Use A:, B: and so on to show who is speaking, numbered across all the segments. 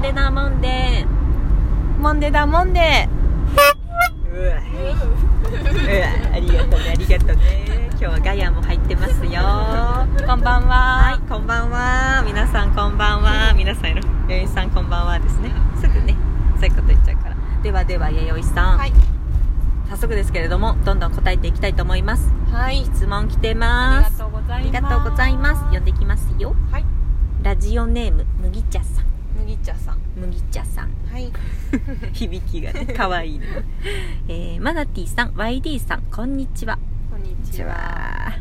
A: デだもんで
B: モンデだモンデ
A: うわうわありがとうねありがとうね今日はガヤも入ってますよは
B: こんばん
A: い
B: は、
A: こんばんは皆さんこんばんは皆さんよろ弥生さんこんばんはですねすぐねそういうこと言っちゃうからではでは弥生さん、
B: はい
A: 早速ですけれどもどんどん答えていきたいと思います
B: はい
A: 質問来て
B: あ
A: ます
B: りがとうござ
A: あ
B: い
A: り
B: ます
A: がとうございます呼んできますよ
B: はい
A: ラジオネーム麦茶さん
B: 麦茶さん
A: 麦茶さん
B: はい
A: 響きが ね可愛いね、えー、マナティさん YD さんこんにちは
B: こんに
A: こんに
B: ち
A: ち
B: は
A: は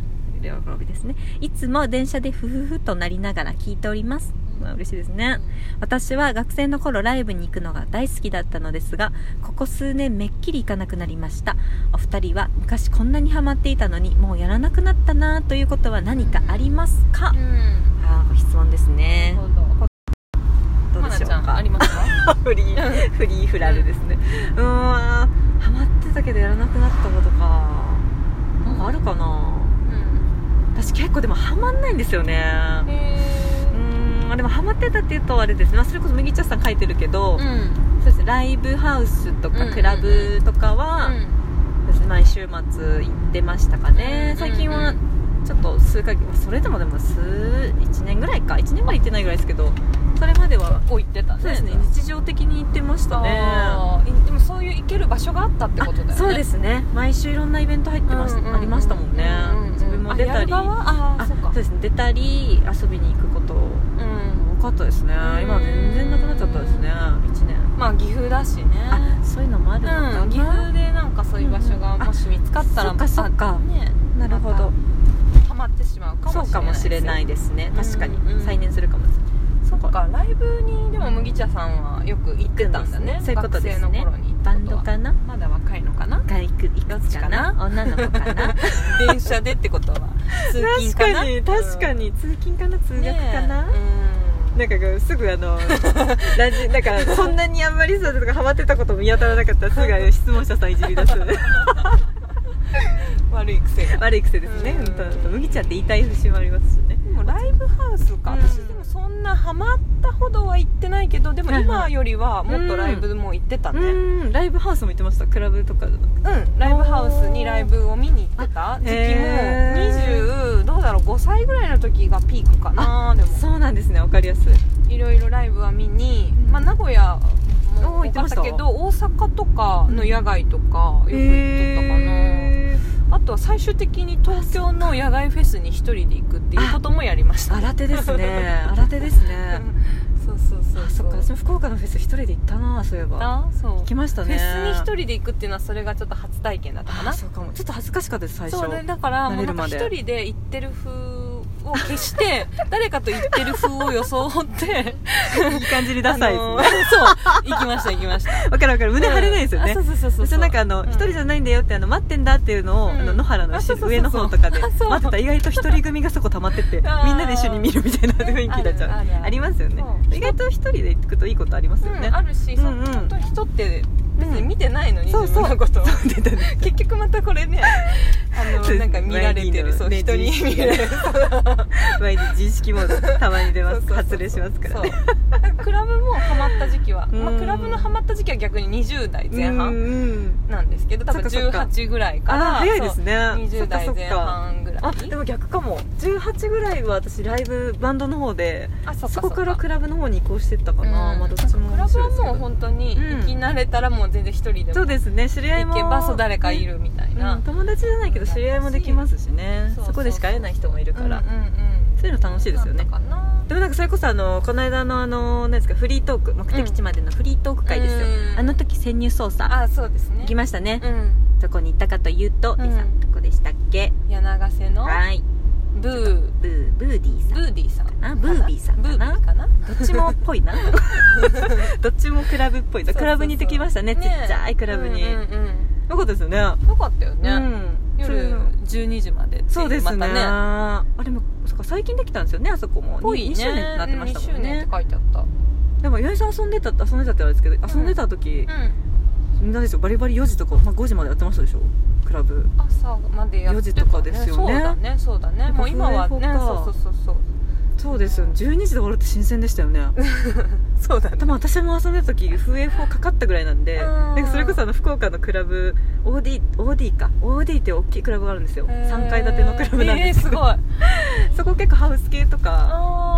A: 両方ですねいつも電車でふふふとなりながら聞いております、
B: うん
A: まあ、嬉しいですね私は学生の頃ライブに行くのが大好きだったのですがここ数年めっきり行かなくなりましたお二人は昔こんなにハマっていたのにもうやらなくなったなということは何かありますか、
B: うん
A: あー質問ですね
B: なるほ
A: ど
B: ど
A: うで
B: 花
A: しょう
B: ちゃん
A: か
B: あ りますか
A: フリーフリーフラルですねうーんハマってたけどやらなくなったことかなんかあるかな
B: うん
A: 私結構でもハマんないんですよねう
B: へ
A: ーんあでもハマってたっていうとあれですね、まあ、それこそ麦茶さん書いてるけど、
B: ーうん
A: そうですねライブハウスと
B: うんうん
A: か
B: うん
A: クラブとかは、そうですね毎週末行ってましたかね最近はちょっと数ヶ月それでもでも数1年ぐらいか1年ぐらい行ってないぐらいですけどそれまでは
B: こう言ってたね
A: そうですね日常的に行ってましたね
B: あーいでもそういう行ける場所があったってことだよね
A: あそうですね毎週いろんなイベント入ってました、
B: うんうんうん
A: ありましたもんね、
B: うんうんうん
A: 自分も出たり
B: あやる側あー
A: あ
B: そ
A: そう
B: か
A: うですね出たり遊びに行くこと
B: うん
A: 多かったですね
B: ん
A: 今全然なくなっちゃったですね1年
B: まあ岐阜だしね
A: あそういうのもあるのかな、
B: うん岐阜でなんかそういう場所がもし見つかったら
A: うんうんあそっかそっか
B: あね
A: なるほど
B: ハマってしまうかもし
A: そ
B: れないう
A: かもしれない
B: で
A: ですね確かに、
B: うんうん
A: 再燃するかもしれない
B: すそっかライブにでも麦茶さんはよく行ってたんだね
A: そういうことですね
B: 学生の頃に
A: バンド
B: ってことは
A: かな
B: まだ若いのかな
A: が行くいくつかな女の子かな
B: 電車でって ことは通勤か な
A: に通勤かな通
B: うんねえ
A: なんかこうすぐあ のラジなんかそんなにあんまりそうとかハマってたことも見当たらなかったらすぐあの質問者さんいじ り出す
B: うん悪い癖が
A: 悪い癖ですね
B: うん
A: 本当本当麦茶って言いたい節もありますしね
B: でもライブハウスか、
A: うん
B: 私でもそんなハマったほどは行ってないけどでも今よりはもっとライブも行ってたね、うん
A: うんライブハウスも行ってましたクラブとかじゃなくて
B: ライブハウスにライブを見に行ってた時期も
A: へ
B: 20どうだろう5歳ぐらいの時がピークかなでも
A: そうなんですねわかりやすい
B: いろいろライブは見に、
A: うん
B: まあ、名古屋も
A: おー行っ
B: 多
A: て
B: かっ
A: ました
B: たけど大阪とかの野外とかよく行ってたかな、
A: へ
B: あとは最終的に東京の野外フェスに一人で行くっていうこともやりまし
A: ー
B: た
A: 新手ですね 新手ですね
B: そうそうそ う
A: あそっか私も福岡のフェス一人で行ったなそういえば
B: ったそう
A: 行きました
B: フ
A: ね
B: ェスに一人で行くっていうのはそれがちょっと初体験だったか
A: あ
B: な
A: そうかもちょっと恥ずかしかったです最初
B: そうねだから
A: 慣
B: も
A: れ
B: うな
A: る
B: んか
A: まで
B: 一人で行ってる風を消して 誰かと行ってる風を装って
A: いい感じに ダ
B: あ
A: サいです ね
B: の そう行きました行きまし た
A: わかるわかる胸張れないですよね、
B: うんあそうそうそうそう
A: 私はなんかあの
B: うん
A: 一、人じゃないんだよってあの待ってんだっていうのを、
B: うん
A: あの野原
B: あ
A: の
B: そうそうそう
A: 上の方とか で
B: あ
A: 待
B: そう
A: ってたら意外と一人組がそこ溜まっててみん
B: あー
A: なで一緒に見るみたいな雰囲気になっちゃう
B: あ
A: あ
B: るある
A: りますよね
B: そう
A: 意外と一人で行くといいことありますよね、
B: うんあるし、
A: うんうん
B: そ本当に人って別に見てないのに、
A: そう
B: 自
A: そう
B: 分のことを
A: 出たね
B: 結局またこ れねあ
A: そう
B: のなんか見られてるそう
A: ね
B: 人に見られる
A: 毎日自意識モー ドたまに出ま
B: そう
A: す
B: そうそう
A: 発令しますからね
B: そうだからクラブもハマった時期は、まあ、
A: うん
B: クラブのハマった時期は逆に20代前
A: うん
B: 半
A: うん
B: なんですけど多分
A: そっかそっか
B: 18ぐらいから
A: ああ早いですね
B: そう
A: そ
B: 20
A: っか
B: 代
A: そっ
B: 前
A: か
B: 半ぐらい
A: あでも逆かも18ぐらいは私ライブバンドの方で
B: あそっ
A: そこ
B: か
A: から
B: そっ
A: クラブの方に移行してったかな、
B: うん
A: まあどっちも
B: クラ
A: 面
B: ブ
A: 白いですけ
B: は
A: ど
B: もう本当に
A: うん
B: 行き慣れたらもう全然一人で
A: そう
B: も
A: ですね知り合い
B: 行
A: も
B: けばそう誰かいるみたいな、
A: うん友達じゃないけど知り合いもできますしね
B: そうそうそう
A: そこでしか会えない人もいるから、
B: うんうんうん
A: そういうの楽しいですよね
B: だったかな
A: でもなんかそれこそあのこの間のあの何ですかフリートーク目的地までのフリートーク会ですよ、
B: うん
A: あの時潜入捜査
B: あそうですね
A: 行きましたね、
B: うん
A: どこに行ったかというと、
B: うん
A: えさんどこでしたっけ
B: 柳瀬の
A: はい
B: ブー
A: ブーブーディー
B: ブ
A: さん
B: ーディーさん
A: あブービーさん
B: ブ
A: か
B: ービ
A: な
B: ーかな
A: どっちもっぽいな どっちもクラブっぽい
B: そうそうそう
A: クラブに行ってきましたねちっちゃいクラブに、
B: うん
A: よ
B: う
A: か
B: ん
A: ったですよね
B: うんよかったよね、
A: うんそういう
B: 夜
A: の
B: 12時までってい
A: そうですね,、
B: またね
A: あれもそっか最近できたんですよねあそこも
B: ぽいね
A: 2周年になってましたもん
B: 2周年っ
A: ね
B: て書いてあったう
A: でも弥生さん遊んでた遊んでたってあれですけど遊んでた時、
B: ん
A: みんなですよバリバリ4時とか、まあ、5時までやってましたでしょクラブ
B: 朝までやってた、ね、
A: 4時とかですよね
B: そうだねそうだね
A: やっぱ
B: もう今はね
A: 笛とか
B: そうそうそうそう
A: そうですよね12時で終わるって新鮮でしたよね
B: そうだね
A: 多分私も遊んでた時 FF4 かかったぐらいなんで
B: うん
A: なんかそれこそあの福岡のクラブ OD, OD か OD って大きいクラブがあるんですよ3階建てのクラブなん
B: え
A: で
B: ー
A: す
B: す
A: けど、
B: ごい
A: そこ結構ハウス系とか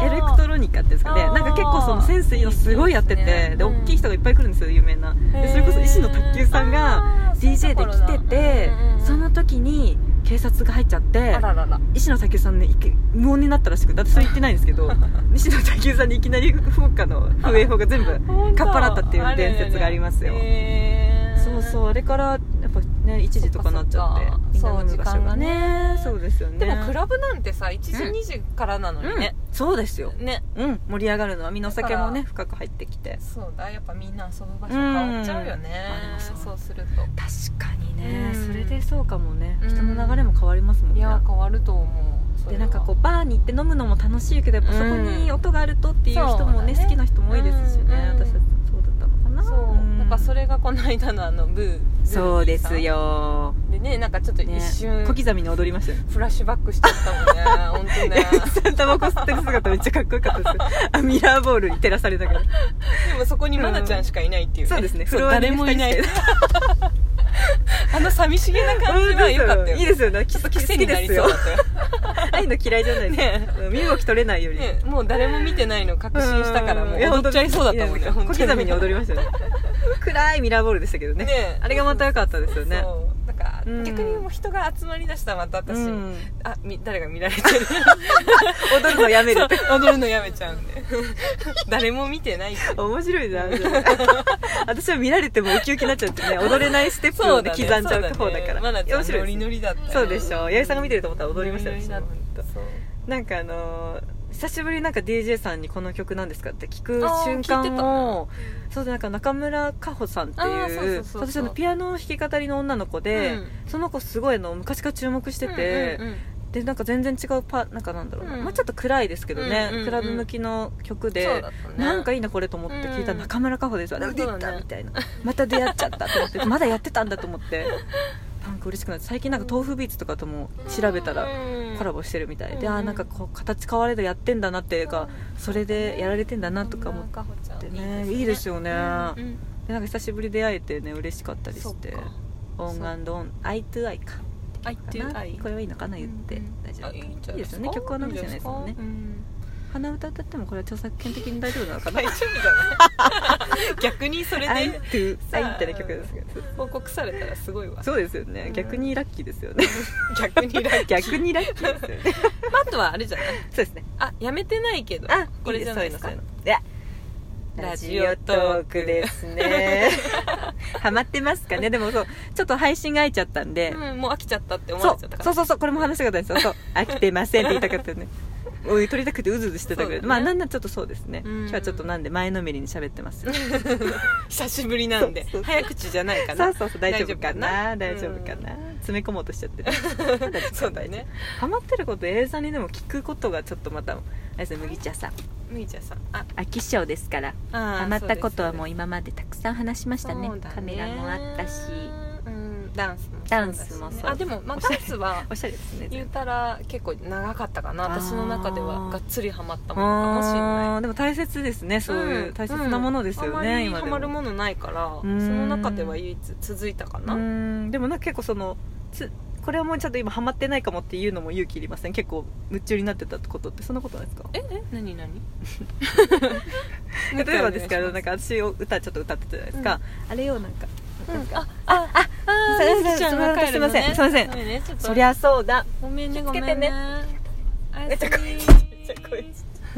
B: あ
A: エレクトロニカっていうんですかね
B: あー
A: なんか結構そのセンスいいのすごいやってて
B: いい
A: で,、
B: ですねうん
A: 大きい人がいっぱい来るんですよ有名なでそれこそ石野卓球さんが
B: が
A: DJ で来ててその時に警察が入っちゃって
B: あららら
A: 石野卓球さんねいき無音になったらしくて私それ言ってないんですけど石野卓球さんにいきなり福岡の風営法が全部かっぱらったっていう伝説がありますよそうそう
B: う
A: あれからやっぱね1時とかなっちゃ
B: そっか
A: ってみんな飲む場所が
B: そう時間が
A: ね
B: ね
A: そうですよね
B: でもクラブなんてさ1時
A: うん
B: 2時からなのにね
A: うんそうですよ
B: ね
A: うん盛り上がるのはみんなお酒もね
B: だ
A: 深く入ってきて
B: そうだやっぱみんな遊ぶ場所変わっちゃうよね
A: うんそう
B: そうすると
A: 確かに
B: ね
A: それでそうかもね
B: うん
A: 人の流れも変わりますもん
B: い
A: ね
B: や変わると思うそれ
A: で
B: は
A: なんかこうバーに行って飲むのも楽しいけどやっぱそこに音があるとっていう人もね,、
B: そうだね
A: 好きな人も多いですしね、
B: うん
A: 私たちそうだったのかな
B: そう
A: うん
B: なんかそれがこの間のあのブー
A: そうですよ、
B: でねなんかちょっと
A: ね
B: 一瞬
A: 小刻みに踊りましたよね
B: フラッシュバックしちゃったもんね 本当ね
A: タバコ吸ってる姿めっちゃかっこよかったですよあミラーボールに照らされながら
B: でもそこにマナちゃんしかいないっていう、
A: そうですねフロアに
B: 誰
A: 二人
B: もいない
A: し
B: あの寂しげな感じは良かったよ、
A: いいですよねきっ
B: ちょっ
A: と
B: と
A: 好
B: 癖に
A: き
B: な
A: で
B: り
A: す
B: そ
A: よ
B: うだったよ
A: ああいうの嫌いじゃないです
B: ね
A: か、うん身動き取れないより、
B: ねもう誰も見てないの確信したからもう
A: いや
B: 踊っちゃいそうだったもん
A: い
B: ね
A: や
B: 本当
A: 小刻みに踊りましたよね 暗いミラーボールでしたけどね
B: ね
A: あれがまた良かったですよね
B: そうなんか、
A: うん
B: 逆にもう人が集まりだしたらまた私、
A: うん
B: あみ誰が見られてる
A: 踊るのやめる
B: そう踊るのやめちゃうんで 誰も見てないって
A: 面白いな 私は見られてもウキウキになっちゃってね踊れないステップ
B: そ
A: を、
B: う
A: ね
B: だね
A: 刻んじゃう方だから
B: マナちゃ
A: 面
B: ん
A: 白
B: ノ
A: い
B: リ
A: です
B: ノリだったよ
A: そうでしょ八重さんが見てると思ったら踊りました
B: ノ
A: で
B: リ
A: し
B: ノ
A: ょ
B: リだったそう
A: なんかあのー久しぶりになんか DJ さんにこの曲なんですかって聞く
B: あー
A: 瞬間もそうでなんか中村佳穂さんって
B: あーそう
A: い
B: そううそうそう
A: 私あのピアノの弾き語りの女の子で、
B: うん
A: その子すごいあの昔から注目してて、
B: うんうんうん
A: でなんか全然違うパなんかなんだろうな、
B: うん
A: まあ、ちょっと暗いですけどね、
B: うんうんうん
A: クラブ向きの曲で、
B: そうだったね
A: なんかいいなこれと思って聞いたら
B: うん
A: 中村佳穂です、あれ
B: そう
A: 出
B: だね
A: たみたいなまた出会っちゃったと思って まだやってたんだと思ってなんか嬉しくなって最近なんか豆腐ビーツとかとも調べたらコラ
B: ボ
A: ボしてるみたいで、
B: うん
A: あーなんかこう形変われどやってんだなっていうかそれでやられてんだなとか思っ
B: って
A: てねいいですよね、
B: うんうん
A: でなんか久しぶり出会えてね嬉しかったり
B: そっ
A: して
B: か
A: オンオンアイトゥアイか
B: あ言って
A: か
B: る
A: なこれはいいのかな言って、
B: うん
A: 大丈
B: あ
A: 夫
B: いいんじゃない
A: いですよね曲はなんかじゃないですもんね
B: うん
A: 鼻歌歌ってもこれは著作権的に大丈夫なのかな
B: 大丈夫じゃない逆にそれ
A: アイ
B: で
A: トゥ
B: さ
A: アイ
B: あ
A: みたいな曲ですけど
B: 報告されたらすごいわ
A: そうですよね
B: うん
A: 逆にラッキーですよね
B: 逆にラッキー
A: 逆にラッキーですよね
B: まああとはあれじゃない
A: そうですね
B: あやめてないけど
A: あ
B: これじゃないです
A: そ
B: か
A: ういうのそういうのいやラジオトークですねハマってますかねでもそうちょっと配信が空いちゃったんで、
B: うんもう飽きちゃったって思
A: そ
B: わ
A: う
B: れちゃったから
A: そうそうそうこれも話したかったんですよそう飽きてませんって言いたかったよね おい撮りたくてうずうずしてたけど、
B: そうだね
A: まあなんなんちょっとそうですね、
B: うん
A: 今日はちょっとなんで前のめりに喋ってます
B: 久しぶりなんで
A: そうそう
B: 早口じゃないか
A: そ
B: な
A: うそうそう大丈夫かな大
B: 大
A: 丈
B: 丈
A: 夫
B: 夫
A: か
B: か
A: な
B: な、
A: 詰め込もうとしちゃって
B: そうだね
A: ハマってること映像にでも聞くことがちょっとまたあれですね麦茶さん
B: むいちゃんさんあ
A: 飽き性ですから
B: あ
A: ハマったことはもう
B: い
A: 今までたくさん話しま
B: ま
A: したねカメラもあったし
B: うんダンスもそうだし
A: ダンスもそう
B: あでもまあ
A: おしゃ
B: ダ
A: れ
B: ンスは
A: おしゃれですね
B: 言うたら結構長かったかな
A: あー
B: 私の中ではがっつりハマったものかもしれない
A: あーでも大切ですねそういう大切なものですよね、
B: うん
A: 今で
B: あまりハマるものないからそ
A: ん
B: の中では唯一続いたかな
A: うーんでもなんか結構そのつこれはもうちょっと今ハマってないかもっていうのも勇気いりません結構夢中になってたことってそんなことないですか
B: ええ何何
A: 例えばですけ どなん
B: か
A: か私を歌ちょっと歌ってたじゃないですか、あれをなんか
B: ああああ
A: そうそう
B: みずちゃんが帰るのね
A: すいませんすいません
B: ごねちょっと
A: そりゃそうだ
B: ごめんね
A: 気を
B: ご
A: つけ
B: めん
A: て
B: ね
A: ね
B: め
A: めっちゃ 声
B: めっ
A: ちゃ声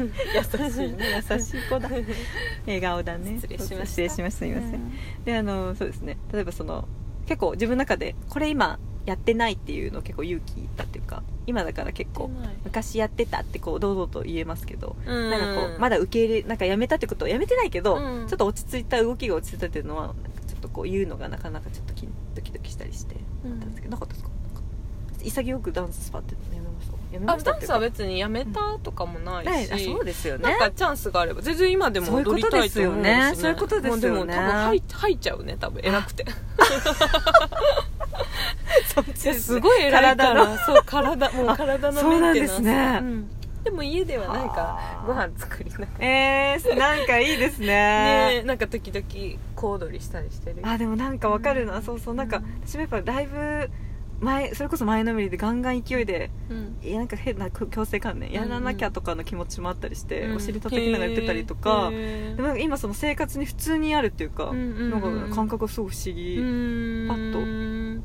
A: 優しいね優しい子だ笑顔だね
B: 失礼しました
A: 失礼しましたすいません、であのそうですね例えばその結構自分の中でこれ今やってないっていうの結構勇気いったっていうか今だから結構昔やってたってこう堂々と言えますけど、
B: な
A: なんかこうまだ受け入れなんかやめたってことはやめてないけど、
B: うん
A: ちょっと落ち着いた動きが落ち着いたっていうのはなんかちょっとこう言うのがなかなかちょっとキンドキドキしたりして
B: うん
A: あったんですけど、なかったですかなんか潔くダンススパってやめましたやめ
B: あ
A: ました
B: ダ
A: っ
B: ン
A: て
B: スは別にやめたとかもな
A: ないいあ
B: し
A: そうですよね
B: なんかチャンスがあれば全然今でも踊りたいと思うしね
A: そういうことですよね
B: もうでも多分入っ入っちゃうね多分偉くて
A: そうです
B: すごい偉いか
A: 体の
B: らそう体もう体のメンテナンス
A: そうなんですね
B: うんでも家ではなんかご飯作りながら
A: えー、なんかいいです
B: ね
A: ね
B: えなんか時々小踊りしたりしてる
A: あでもなんかわかるな、そうそうなんか
B: うん
A: 私もやっぱライブ前それこそ前のめりでガンガン勢いで
B: うん
A: いやなんか変なこ強制観念やらなきゃとかの気持ちもあったりして、お尻叩きながらやってたりとか、
B: へー
A: でもなんか今その生活に普通にあるっていうか、
B: うんうんうん
A: なんか感覚がすごい不思議、
B: うん
A: パッと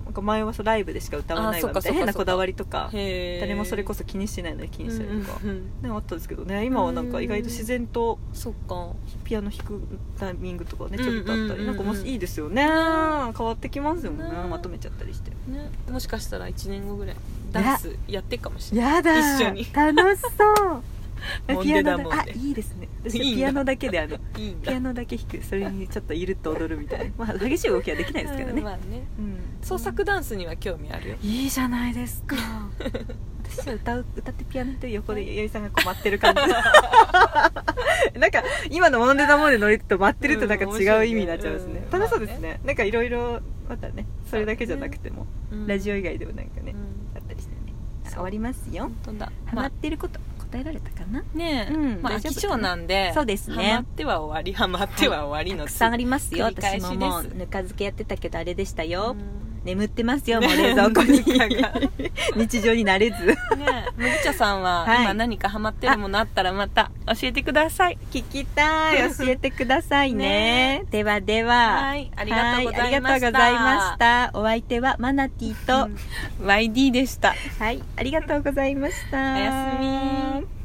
A: なんか前はさライブでしか歌わないわ
B: あ
A: みたい
B: そ
A: な
B: っかそっかそっ
A: 変
B: か
A: なこだわりとか
B: へー
A: 誰もそれこそ気にしてないのに気にしたりとか、
B: うんうんうん
A: ねあったんですけどね今はなんか意外と自然と
B: そっか
A: ピアノ弾くタイミングとかねちょっとあったり、
B: うんうんうんうん
A: なんかもしいいですよね変わってきますよね
B: ね
A: まとめちゃったりして
B: ねもしかしたら1年後ぐらいダンスやってっかもしれない
A: やだ
B: 一緒に
A: 楽しそう
B: もん
A: ピア
B: で
A: ノ
B: だ
A: だ
B: もん
A: あ
B: で
A: いいですね私
B: いいんだ
A: ピアノだけであの
B: いいん だ
A: ピアノだけ弾くそれにちょっとゆるっと踊るみたいな、まあ、激しい動きはできないですけど
B: うん
A: ね、
B: まあね
A: うん
B: 創作ダンスには興味あるよ
A: いいじゃないです か私は歌う歌ってピアノって横で弥生さんがこう待ってる感じ なんか今の「もんでだもんで」のりと待ってるとなんか違う意味になっちゃいますね、
B: うん
A: 楽
B: 面白いね
A: しそうですね,、なんかいろいろまたねそれだけじゃなくても、ラジオ以外でもなんかね、
B: うん
A: あったりしてね
B: そう
A: 終わりますよ
B: 本当だ
A: ハ
B: ま
A: マ
B: あ
A: ってること答えられたかな
B: ねえ、
A: うん
B: まあ
A: 大丈夫
B: 飽き性なんで
A: そうですね
B: ハマっては終わりハマっては終わりの
A: たくさんありますよ
B: 繰り返
A: 私
B: しです
A: ももうぬか漬けやってたけどあれでしたよ、
B: うん
A: 眠ってますよもう冷蔵庫 に日常になれず
B: ねえ麦茶さんは
A: はい
B: 今何かハマってるものあったらまた教えてください
A: 聞きたい 教えてくださいねではでは
B: はいありがとうございま
A: は
B: し
A: い
B: た
A: ありがとうございましたお相手はマナティと、
B: YD でした
A: はいありがとうございました
B: おやすみ